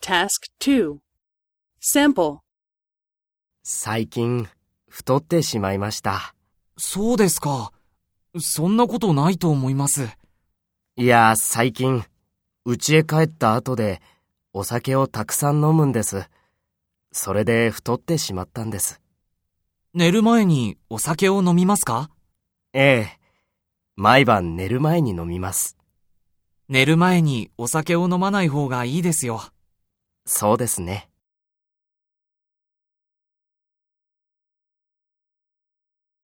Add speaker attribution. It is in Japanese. Speaker 1: Task 2. Sample.
Speaker 2: 最近、太ってしまいました。
Speaker 3: そうですか。そんなことないと思います。
Speaker 2: いや、最近、家へ帰った後で、お酒をたくさん飲むんです。それで太ってしまったんです。
Speaker 3: 寝る前にお酒を飲みますか
Speaker 2: ええ。毎晩寝る前に飲みます。
Speaker 3: 寝る前にお酒を飲まない方がいいですよ。
Speaker 2: そうですね。